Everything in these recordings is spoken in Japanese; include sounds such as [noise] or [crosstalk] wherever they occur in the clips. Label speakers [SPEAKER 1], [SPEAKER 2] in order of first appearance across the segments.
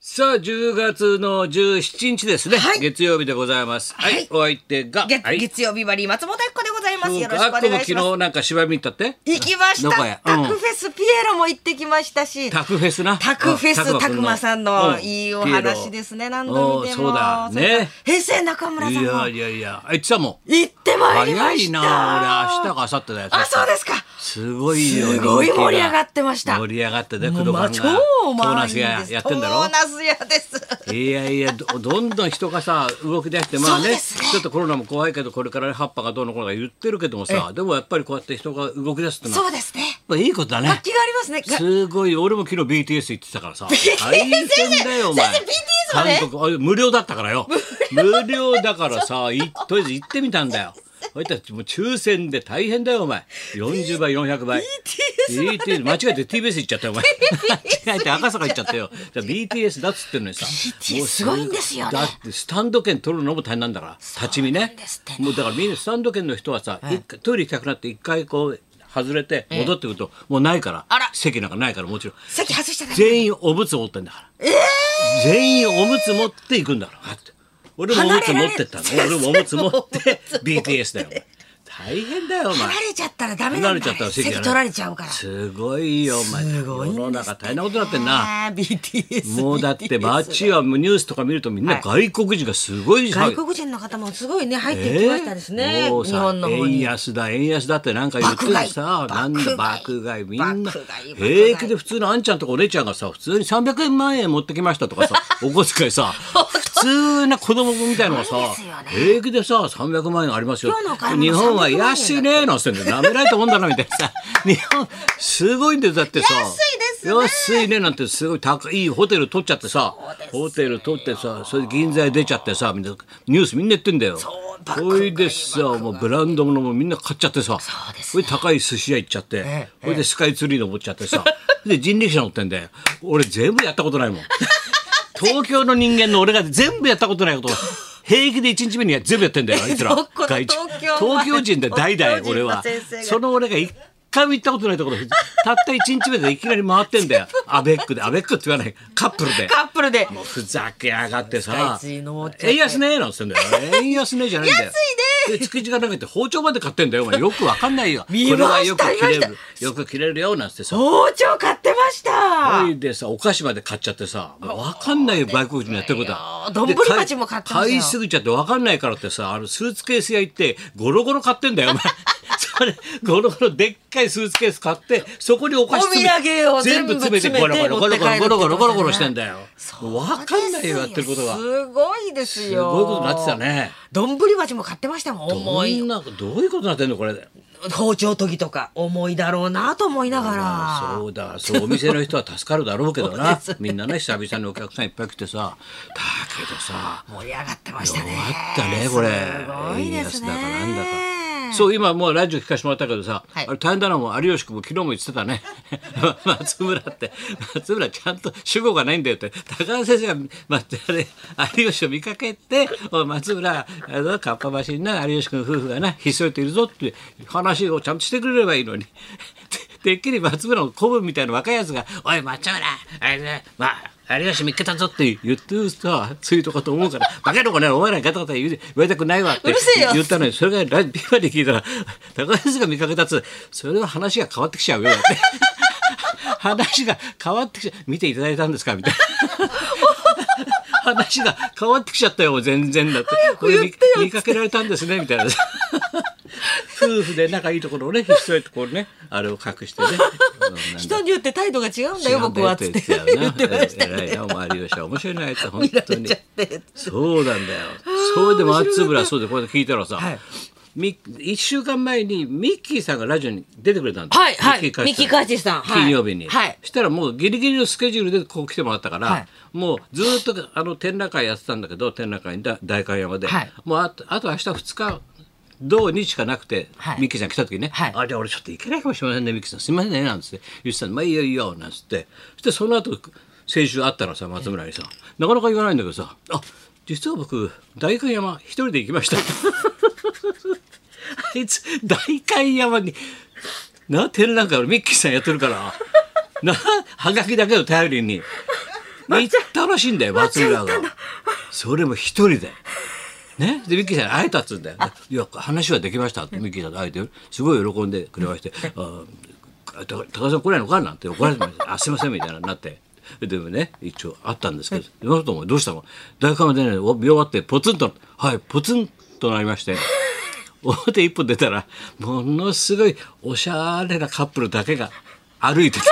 [SPEAKER 1] さあ、10月の17日ですね。
[SPEAKER 2] はい
[SPEAKER 1] 月曜日でございます。はい。
[SPEAKER 2] はい
[SPEAKER 1] お相手が、
[SPEAKER 2] [laughs] 月,、
[SPEAKER 1] はい、
[SPEAKER 2] 月曜日バリー松本明子でございます。
[SPEAKER 1] そう
[SPEAKER 2] よ
[SPEAKER 1] か
[SPEAKER 2] ろしく
[SPEAKER 1] あ
[SPEAKER 2] お願いします。
[SPEAKER 1] っこも昨日なんか芝居見に行ったって
[SPEAKER 2] 行きまし
[SPEAKER 1] ど
[SPEAKER 2] た。
[SPEAKER 1] こや
[SPEAKER 2] タ
[SPEAKER 1] うん
[SPEAKER 2] クフェスピエロも行ってきましたし。
[SPEAKER 1] タクフェスな。
[SPEAKER 2] タクフェ
[SPEAKER 1] う
[SPEAKER 2] ス
[SPEAKER 1] ん
[SPEAKER 2] たくまさん
[SPEAKER 1] う
[SPEAKER 2] のいいお話
[SPEAKER 1] ピエロ
[SPEAKER 2] ですね。何度見て
[SPEAKER 1] う
[SPEAKER 2] も。
[SPEAKER 1] んそうだね。
[SPEAKER 2] 平成中村
[SPEAKER 1] い
[SPEAKER 2] さんも
[SPEAKER 1] やいやいや、あいつはもう。
[SPEAKER 2] 行ってまいりま
[SPEAKER 1] 早
[SPEAKER 2] し
[SPEAKER 1] い
[SPEAKER 2] た。
[SPEAKER 1] な、俺、明日か明後日だよ。
[SPEAKER 2] あ、そうですか。
[SPEAKER 1] すごいよ。
[SPEAKER 2] すごい
[SPEAKER 1] 人気
[SPEAKER 2] 盛り上がってました
[SPEAKER 1] 盛り上がってね、工
[SPEAKER 2] も
[SPEAKER 1] 藤
[SPEAKER 2] うま
[SPEAKER 1] が。
[SPEAKER 2] あ超満員
[SPEAKER 1] トーナ
[SPEAKER 2] で
[SPEAKER 1] ス
[SPEAKER 2] す。
[SPEAKER 1] やってんだろ
[SPEAKER 2] トーナス屋です。
[SPEAKER 1] いやいやどどんどん人がさ動き出してまあ
[SPEAKER 2] そう
[SPEAKER 1] ね
[SPEAKER 2] ですね
[SPEAKER 1] ちょっとコロナも怖いけどこれからね葉っぱがどうのこうのとか言ってるけどもさでもやっぱりこうやって人が動き出すってのは
[SPEAKER 2] そうですね。
[SPEAKER 1] やっぱいいことだね
[SPEAKER 2] 楽器がありますね。が
[SPEAKER 1] すごい俺も昨日 BTS 行ってたから
[SPEAKER 2] [laughs]
[SPEAKER 1] さ
[SPEAKER 2] BTS
[SPEAKER 1] 大変だよお前
[SPEAKER 2] 先生 BTS はね
[SPEAKER 1] 韓国あ無料だったからよ無料だからさいとりあえず行ってみたんだよ俺たちもう抽選で大変だよお前40倍400倍 BTS 間違えて TBS 行っちゃった
[SPEAKER 2] [laughs]
[SPEAKER 1] よお前間違えて赤坂行っちゃったよじゃあ BTS だっつってんのにさ
[SPEAKER 2] BTS
[SPEAKER 1] もう
[SPEAKER 2] すごいんですよね
[SPEAKER 1] だってスタンド券取るのも大変なんだから立ち見ね
[SPEAKER 2] ですってね
[SPEAKER 1] もうだからみんなスタンド券の人はさ、一回トイレ行きたくなって一回こう外れて戻ってくると、もうないから
[SPEAKER 2] あら
[SPEAKER 1] 席なんかないからもちろん
[SPEAKER 2] 席外してたね。
[SPEAKER 1] 全員おむつ持ってんだから、全員おむつ持っていくんだからって俺もおむつ持ってったの
[SPEAKER 2] 離れられ
[SPEAKER 1] 俺もおむつ持っ
[SPEAKER 2] 先 [laughs]
[SPEAKER 1] て BTS だよお前大変だよお前
[SPEAKER 2] 離れちゃったらダメ
[SPEAKER 1] 離
[SPEAKER 2] なん
[SPEAKER 1] れ
[SPEAKER 2] だ
[SPEAKER 1] ちゃったら席
[SPEAKER 2] 席
[SPEAKER 1] がない
[SPEAKER 2] 取られちゃうから。
[SPEAKER 1] すごいよお前
[SPEAKER 2] すごいんですって
[SPEAKER 1] 世の中大変なことになってんな
[SPEAKER 2] あー BTS。
[SPEAKER 1] もうだって街
[SPEAKER 2] BTS
[SPEAKER 1] はもうニュースとか見るとみんな外国人がすごい
[SPEAKER 2] 外国人の方もすごいね入ってきましたですね。
[SPEAKER 1] えーもう
[SPEAKER 2] 日
[SPEAKER 1] さ
[SPEAKER 2] 本の方に。
[SPEAKER 1] 円安だ円安だってなんか言ってるさ
[SPEAKER 2] 爆買い
[SPEAKER 1] なんだ爆
[SPEAKER 2] 爆
[SPEAKER 1] 買
[SPEAKER 2] 買
[SPEAKER 1] い
[SPEAKER 2] い
[SPEAKER 1] みんな
[SPEAKER 2] 爆買い爆買い
[SPEAKER 1] 平気で普通のあんちゃんとかお姉ちゃんがさ普通に300万円持ってきましたと
[SPEAKER 2] [laughs]
[SPEAKER 1] かさお小遣いさ普通な子供みたいのがさ
[SPEAKER 2] すごいですよね
[SPEAKER 1] 平気でさ300万円ありますよ
[SPEAKER 2] 今日のお買い物
[SPEAKER 1] 日本は
[SPEAKER 2] 300万円だ
[SPEAKER 1] 安いねなんつってんだよなめられたもんだなみたいなさ日本すごいんだよだってさ
[SPEAKER 2] 安いですね
[SPEAKER 1] 安いねなんてすごい高いいいホテル取っちゃってさ、ホテル取ってさそれで銀座へ出ちゃってさみんなニュースみんな言ってんだよ
[SPEAKER 2] そう爆
[SPEAKER 1] それでさもうブランド物もみんな買っちゃってさ
[SPEAKER 2] そうです
[SPEAKER 1] れ高い寿司屋行っちゃって、
[SPEAKER 2] え
[SPEAKER 1] それでスカイツリー登っちゃってさで人力車乗ってんだよ俺全部やったことない
[SPEAKER 2] [laughs]
[SPEAKER 1] もん東京の人間の俺が全部やったことないことを平気で1日目にや全部やってんだよあいつら
[SPEAKER 2] どこの
[SPEAKER 1] 外地
[SPEAKER 2] 東京
[SPEAKER 1] 東京人で代々
[SPEAKER 2] 東京人の
[SPEAKER 1] 俺は
[SPEAKER 2] 先生が
[SPEAKER 1] その俺が一回も行ったことないところでたった1日目でいきなり回ってんだよアベックでアベックって言わないカップルで
[SPEAKER 2] カップルで。
[SPEAKER 1] ふざけやがってさ
[SPEAKER 2] スカイツリー登っちゃって
[SPEAKER 1] 円安ねなんつってんだよ円安ねじゃないんだよ
[SPEAKER 2] 安
[SPEAKER 1] で築地がなくて包丁まで買ってんだよお前よくわかんないよ
[SPEAKER 2] 見ました
[SPEAKER 1] これはよく切れ
[SPEAKER 2] 見ま
[SPEAKER 1] るよく切れるよなんつってさ
[SPEAKER 2] 包丁買ってました。
[SPEAKER 1] それでさお菓子まで買っちゃってさわかんないよ外国人のやってることは
[SPEAKER 2] そうですよ
[SPEAKER 1] で
[SPEAKER 2] 丼鉢も買ってましたよ
[SPEAKER 1] 買いすぎちゃってわかんないからってさあのスーツケース屋行ってゴロゴロ買ってんだよお
[SPEAKER 2] [laughs]
[SPEAKER 1] 前それゴロゴロでっかいスーツケース買ってそこにお菓子詰め
[SPEAKER 2] お土産を全部
[SPEAKER 1] 全部詰めてゴロゴロゴロゴロゴロゴロゴロゴロしてんだよ
[SPEAKER 2] そう
[SPEAKER 1] わかんないよやってることが
[SPEAKER 2] すごいです
[SPEAKER 1] す
[SPEAKER 2] よ。
[SPEAKER 1] ごいことになってた。ね
[SPEAKER 2] 丼鉢も買ってましたもん。重
[SPEAKER 1] どん
[SPEAKER 2] い。
[SPEAKER 1] などういうことになってんのこれ
[SPEAKER 2] 包丁研ぎとか重いだろうなと思いながら。
[SPEAKER 1] そうだそうお店の人は助かるだろうけどな
[SPEAKER 2] そうです
[SPEAKER 1] みんなね久々にお客さんいっぱい来てさだけどさ
[SPEAKER 2] 盛り上がってましたね。
[SPEAKER 1] 終わったねこれ
[SPEAKER 2] すごいです
[SPEAKER 1] 円安だ
[SPEAKER 2] ね。
[SPEAKER 1] かなんだかそう今もうラジオ聞かせてもらったけどさ、
[SPEAKER 2] はい
[SPEAKER 1] あれ大変だなもう有吉君も昨日も言ってたね [laughs] 松村って松村ちゃんと主語がないんだよって高田先生が、まあれ有吉を見かけて「おい松村あのかっぱ橋にな有吉君夫婦がなひっそりといるぞ」って話をちゃんとしてくれればいいのに。 [laughs] てっきり松村の古文みたいな若いやつが「おい松村あれねまあ有吉見っけたぞ」って言ってるさツイートかと思うから「バカ野郎ねお前らガタガタ言う言われたくないわ」って
[SPEAKER 2] うるせえよ
[SPEAKER 1] 言ったのにそれがラジビバで聞いたら高橋さんが見かけたっつそれは話が変わってきちゃうよだって [laughs] 話が変わってきちゃう見ていただいたんですかみたいな。 [laughs] 話が変わってきちゃったよ全然だってこれ見見かけられたんですねみた
[SPEAKER 2] [laughs]
[SPEAKER 1] いな夫婦で仲いいところをねひっそりとこうねあれを隠して
[SPEAKER 2] [laughs]
[SPEAKER 1] ねあのなんだ
[SPEAKER 2] 人によって態度が違うんだ
[SPEAKER 1] 違
[SPEAKER 2] よ
[SPEAKER 1] うん
[SPEAKER 2] 僕
[SPEAKER 1] だよ
[SPEAKER 2] はっ
[SPEAKER 1] って
[SPEAKER 2] つっ
[SPEAKER 1] 言って
[SPEAKER 2] て
[SPEAKER 1] たよな
[SPEAKER 2] 言ってました
[SPEAKER 1] えらい
[SPEAKER 2] ね。
[SPEAKER 1] なお前有吉は面白いなあいつは本
[SPEAKER 2] 見ら
[SPEAKER 1] 当
[SPEAKER 2] れ
[SPEAKER 1] に
[SPEAKER 2] ちゃって。
[SPEAKER 1] そうなんだよ。それで松村そうでこれ聞いたらさ、
[SPEAKER 2] はい
[SPEAKER 1] み一週間前にミッキーさんがラジオに出てくれたんだ。
[SPEAKER 2] はいはい
[SPEAKER 1] ミッキー
[SPEAKER 2] ミッキーカーチさんはい
[SPEAKER 1] 金曜日に。
[SPEAKER 2] はい
[SPEAKER 1] したらもうギリギリのスケジュールでこう来てもらったから、
[SPEAKER 2] はい
[SPEAKER 1] もうずーっとあの展覧会やってたんだけど展覧会にだ代官山で、
[SPEAKER 2] はい
[SPEAKER 1] もうあとあと明日2日。土日しかなくて、
[SPEAKER 2] はい
[SPEAKER 1] ミッキーさん来た時ね、
[SPEAKER 2] はい
[SPEAKER 1] あじゃあ俺ちょっと行けないかもしれませんねミッキーさんすいませんねなんつって言ってたのまあいいよいいよなんつってそしてその後先週会ったらさ松村にさなかなか言わないんだけどさあ実は僕代官山一人で行きました [laughs] あいつ代官山にな展覧会俺ミッキーさんやってるからなはがきだけを頼りに行ったらしいんだよ松村がそれも一人で。ね、でミッキーさんに会えたっつうんだよ。いや話はできましたってミッキーさんと会えてすごい喜んでくれまして「あーた高橋さん来ないのか?」なんて怒られてました「あすいません」みたいななって。でもね一応あったんですけど「どうしたのどうしたの大会までねお見終わってポツンとはいポツンとなりま [laughs] して。表一歩出たらものすごいおしゃれなカップルだけが歩いてて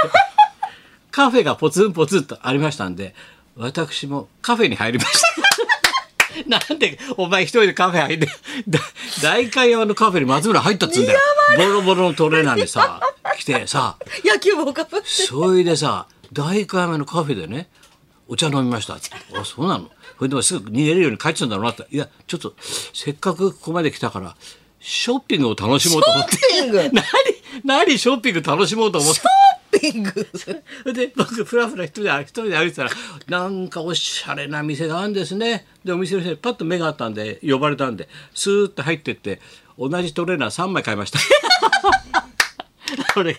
[SPEAKER 1] [laughs] カフェがポツンポツンとありましたんで私もカフェに入りました [laughs] なんでお前一人でカフェ入ってだ代官山のカフェに松村入ったっつうんだよボロボロのトレーナーでさ来てさ
[SPEAKER 2] 野球帽かぶって
[SPEAKER 1] それでさ代官山のカフェでねお茶飲みましたってあそうなのそれでもすぐ逃げるように帰っちゃうんだろうなっていやちょっとせっかくここまで来たからショッピングを楽しもうと思って
[SPEAKER 2] ショッピング
[SPEAKER 1] 何 [laughs] 何ショッピング楽しもうと思って
[SPEAKER 2] ピング
[SPEAKER 1] で僕ふらふら一人で一人で歩いてたらなんかおしゃれな店があるんですねでお店の人にパッと目があったんで呼ばれたんでスーッと入ってって同じトレーナー3枚買いましたこれ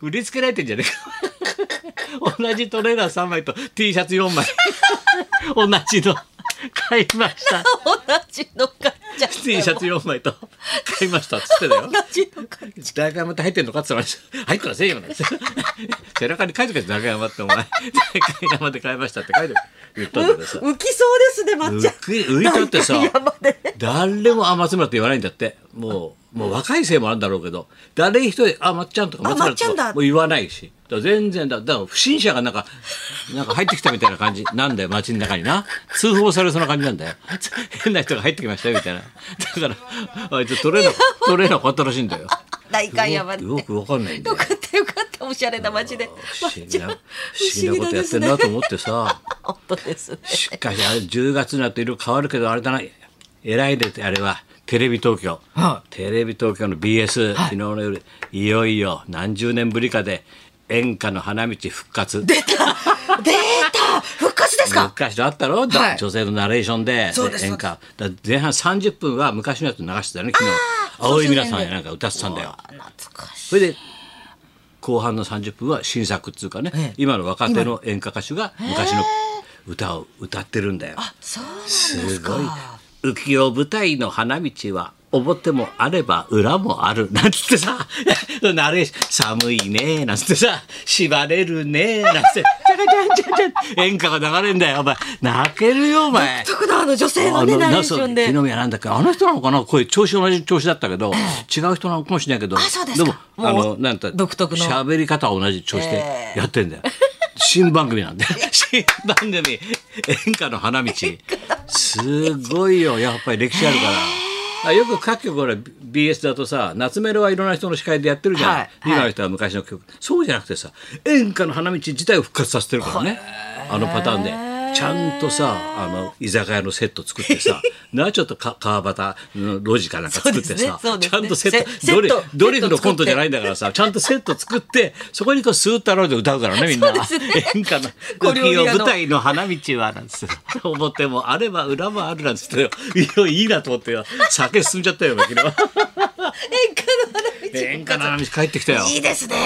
[SPEAKER 1] 売りつけられてんじゃねえか同じトレーナー3枚と T シャツ4枚同じの買いました
[SPEAKER 2] 同じの買っちゃった
[SPEAKER 1] T シャツ4枚と買いましたっつってたよ
[SPEAKER 2] 同じの買っちゃっ
[SPEAKER 1] 大学山って入ってんのかって言われて入ってませんよ」なんて [laughs] 背中に書いてくれて「大学山ってお前大学山で買いました」って書いて言ったんだけど
[SPEAKER 2] た
[SPEAKER 1] さ
[SPEAKER 2] 浮きそうですねまっちゃん
[SPEAKER 1] 浮き浮いたってさ
[SPEAKER 2] なんか山で
[SPEAKER 1] 誰も「あ松村」って言わないんだってもうもう若いせいもあるんだろうけど誰一人「あまっちゃん」とか
[SPEAKER 2] あ
[SPEAKER 1] 松村
[SPEAKER 2] まっちゃん
[SPEAKER 1] と
[SPEAKER 2] だ
[SPEAKER 1] かもう言わないしだから全然だだから不審者がなんかなんか入ってきたみたいな感じなんだよ街の中にな通報されそうな感じなんだよ [laughs] 変な人が入ってきましたよみたいなだからあいつトレーナートレーナー買ったらしいんだよ。
[SPEAKER 2] 大観山で
[SPEAKER 1] よくわかんないんだ
[SPEAKER 2] よ
[SPEAKER 1] よ
[SPEAKER 2] かったよかったおしゃれな街で
[SPEAKER 1] 不思議な
[SPEAKER 2] ま
[SPEAKER 1] 不
[SPEAKER 2] っ
[SPEAKER 1] 思
[SPEAKER 2] ち
[SPEAKER 1] 議
[SPEAKER 2] ゃん
[SPEAKER 1] なことやってんなと思ってさ
[SPEAKER 2] 本当ですね
[SPEAKER 1] しかしあれ10月になって色変わるけどあれだな偉いであれはテレビ東京、テレビ東京の BS、昨日の夜いよいよ何十年ぶりかで演歌の花道復活
[SPEAKER 2] 出た出た復活ですか
[SPEAKER 1] 昔のあったろ、だ
[SPEAKER 2] はい
[SPEAKER 1] 女性のナレーションで
[SPEAKER 2] そうです
[SPEAKER 1] 演歌だ前半30分は昔のやつ流してたよね昨日青い皆さんやなんか歌ってたんだよ
[SPEAKER 2] 懐かしい
[SPEAKER 1] それで後半の30分は新作っつうかね、
[SPEAKER 2] ええ
[SPEAKER 1] 今の若手の演歌歌手が昔の歌を歌ってるんだよ。
[SPEAKER 2] そうなんです
[SPEAKER 1] ごい浮世舞台の花道は表もあれば裏もある [laughs] なんつってさ「あれ寒いね」なんつってさ「縛れるね」なんつって「ちゃかちゃかちゃかちゃか演歌が流れんだよお前泣けるよお前。
[SPEAKER 2] 特段あの女性の
[SPEAKER 1] あ
[SPEAKER 2] ね
[SPEAKER 1] の
[SPEAKER 2] ナレー
[SPEAKER 1] な
[SPEAKER 2] シ
[SPEAKER 1] そう
[SPEAKER 2] ョンで
[SPEAKER 1] 木の宮なんだっけあの人なのかな声調子同じ調子だったけど違う人なのかもしれないけど
[SPEAKER 2] そうですか
[SPEAKER 1] もあ
[SPEAKER 2] も
[SPEAKER 1] の
[SPEAKER 2] う
[SPEAKER 1] なんて
[SPEAKER 2] 独特の
[SPEAKER 1] 喋り方は同じ調子でやってんだよ、新番組なんで新番組演歌の花道すごいよやっぱり歴史あるから。あよく各局ほら BS だとさ夏メロはいろんな人の司会でやってるじゃん、
[SPEAKER 2] はいはい
[SPEAKER 1] 今の人は昔の曲そうじゃなくてさ演歌の花道自体を復活させてるからねあのパターンでちゃんとさあの居酒屋のセット作って
[SPEAKER 2] [laughs]
[SPEAKER 1] さなちょっとか川端の路地かなんか作って
[SPEAKER 2] そうですね
[SPEAKER 1] さ、
[SPEAKER 2] そうで
[SPEAKER 1] ち
[SPEAKER 2] すね
[SPEAKER 1] ゃんとセット
[SPEAKER 2] セ
[SPEAKER 1] ドリ
[SPEAKER 2] セット
[SPEAKER 1] ドリフ
[SPEAKER 2] セット作
[SPEAKER 1] のコ
[SPEAKER 2] って
[SPEAKER 1] ントじゃないんだからさちゃんとセット作ってそこにこうスーッと現れて歌うからねみんな、
[SPEAKER 2] そうですね
[SPEAKER 1] 演歌の
[SPEAKER 2] 小料理屋の
[SPEAKER 1] 浮世舞台の花道はなんつって表もあれば裏もあるなんつってよいやいいなと思ってよ酒進んじゃったよ昨
[SPEAKER 2] [laughs]
[SPEAKER 1] 日
[SPEAKER 2] 演歌の
[SPEAKER 1] 演歌の花
[SPEAKER 2] 花道
[SPEAKER 1] 道帰ってきたよ
[SPEAKER 2] いいですね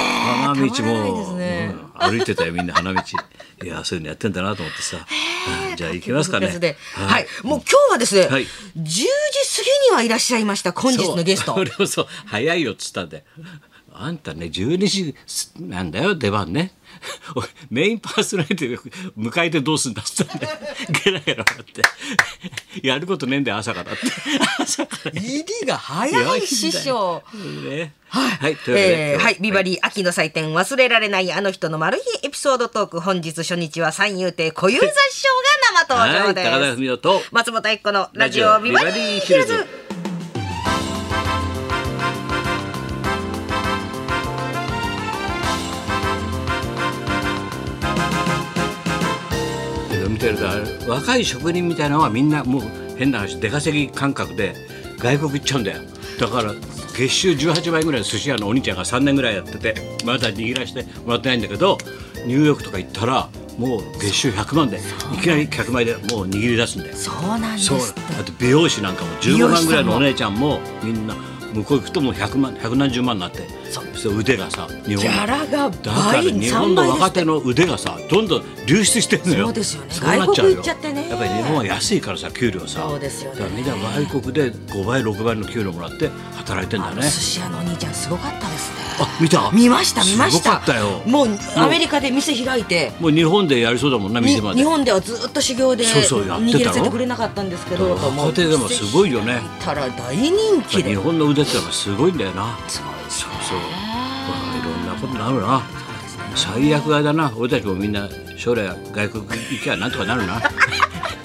[SPEAKER 1] 花道
[SPEAKER 2] たまらないで
[SPEAKER 1] も、
[SPEAKER 2] すね
[SPEAKER 1] うん歩いてたよみんな花道いやそういうのやってんだなと思ってさ、うんじゃあ行きますかね
[SPEAKER 2] ということではい、もう今日はですね、
[SPEAKER 1] はい
[SPEAKER 2] 10時過ぎにはいらっしゃいました本日のゲスト
[SPEAKER 1] そう俺もそう早いよっつったんであんたね12時すなんだよ出番ね [laughs] おいメインパーソナリティ迎えてどうすんだっつったんでゲラゲラ笑ってやることねえんだよ朝からって朝から
[SPEAKER 2] 入りが早い師匠
[SPEAKER 1] ねはい、はい、というわけで、
[SPEAKER 2] えーはい、ビバ
[SPEAKER 1] リ
[SPEAKER 2] リー秋の祭典忘れられないあの人のマル秘エピソードトーク本日初日は三遊亭小遊三師匠が生
[SPEAKER 1] はい
[SPEAKER 2] 登
[SPEAKER 1] 高
[SPEAKER 2] 場
[SPEAKER 1] 田
[SPEAKER 2] です、
[SPEAKER 1] 文夫と
[SPEAKER 2] 松本一子のラジオビバリーヒルズ
[SPEAKER 1] けど見てるとあれ若い職人みたいなのはみんなもう変な話出稼ぎ感覚で外国行っちゃうんだよだから月収18倍ぐらいの寿司屋のお兄ちゃんが3年ぐらいやっててまだ握らせてもらってないんだけどニューヨークとか行ったらもう月収100万でいきなり客前でもう握り出すんだよ
[SPEAKER 2] そうなんです
[SPEAKER 1] そうあと美容師なんかも
[SPEAKER 2] 美
[SPEAKER 1] 15
[SPEAKER 2] 容師
[SPEAKER 1] 万
[SPEAKER 2] さんも
[SPEAKER 1] ぐらいのお姉ちゃんもみんな向こう行くともう100万100何十万になってそうそして腕がさ日
[SPEAKER 2] ギ
[SPEAKER 1] 本
[SPEAKER 2] ャラが
[SPEAKER 1] だから
[SPEAKER 2] 倍
[SPEAKER 1] 日
[SPEAKER 2] 3
[SPEAKER 1] 本
[SPEAKER 2] 倍
[SPEAKER 1] の
[SPEAKER 2] です
[SPEAKER 1] 若手の腕がさどんどん流出してるのよ
[SPEAKER 2] そうですよね
[SPEAKER 1] うなちゃうよ
[SPEAKER 2] 外国行っちゃってね
[SPEAKER 1] やっぱり日本は安いからさ給料さ
[SPEAKER 2] そうですよね
[SPEAKER 1] だからみんな外国で5倍6倍の給料もらって働いてんだ
[SPEAKER 2] あの
[SPEAKER 1] ね
[SPEAKER 2] 寿司屋のお兄ちゃんすごかったですね
[SPEAKER 1] あ見た
[SPEAKER 2] 見ました見まし
[SPEAKER 1] すごか
[SPEAKER 2] た
[SPEAKER 1] ったよ
[SPEAKER 2] もうアメリカで店開いて
[SPEAKER 1] もう日本でやりそうだもんな
[SPEAKER 2] に
[SPEAKER 1] 店まで
[SPEAKER 2] 日本ではずっと修行で
[SPEAKER 1] そうそうやってたろ
[SPEAKER 2] 握らせてくれなかったんですけど
[SPEAKER 1] だから若手でもすごいよね
[SPEAKER 2] 行ったら大人気で
[SPEAKER 1] 日
[SPEAKER 2] すごい
[SPEAKER 1] 本の腕ってのがすごいんだよな
[SPEAKER 2] です
[SPEAKER 1] そう
[SPEAKER 2] ね
[SPEAKER 1] そうまあいろんなことになるな最悪あれだな俺たちもみんな将来外国行けばなんとかなる
[SPEAKER 2] [laughs]
[SPEAKER 1] な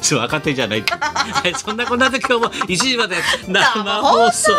[SPEAKER 1] そう [laughs] 若手じゃないってはいそんなこんな時今日も1時まで生放送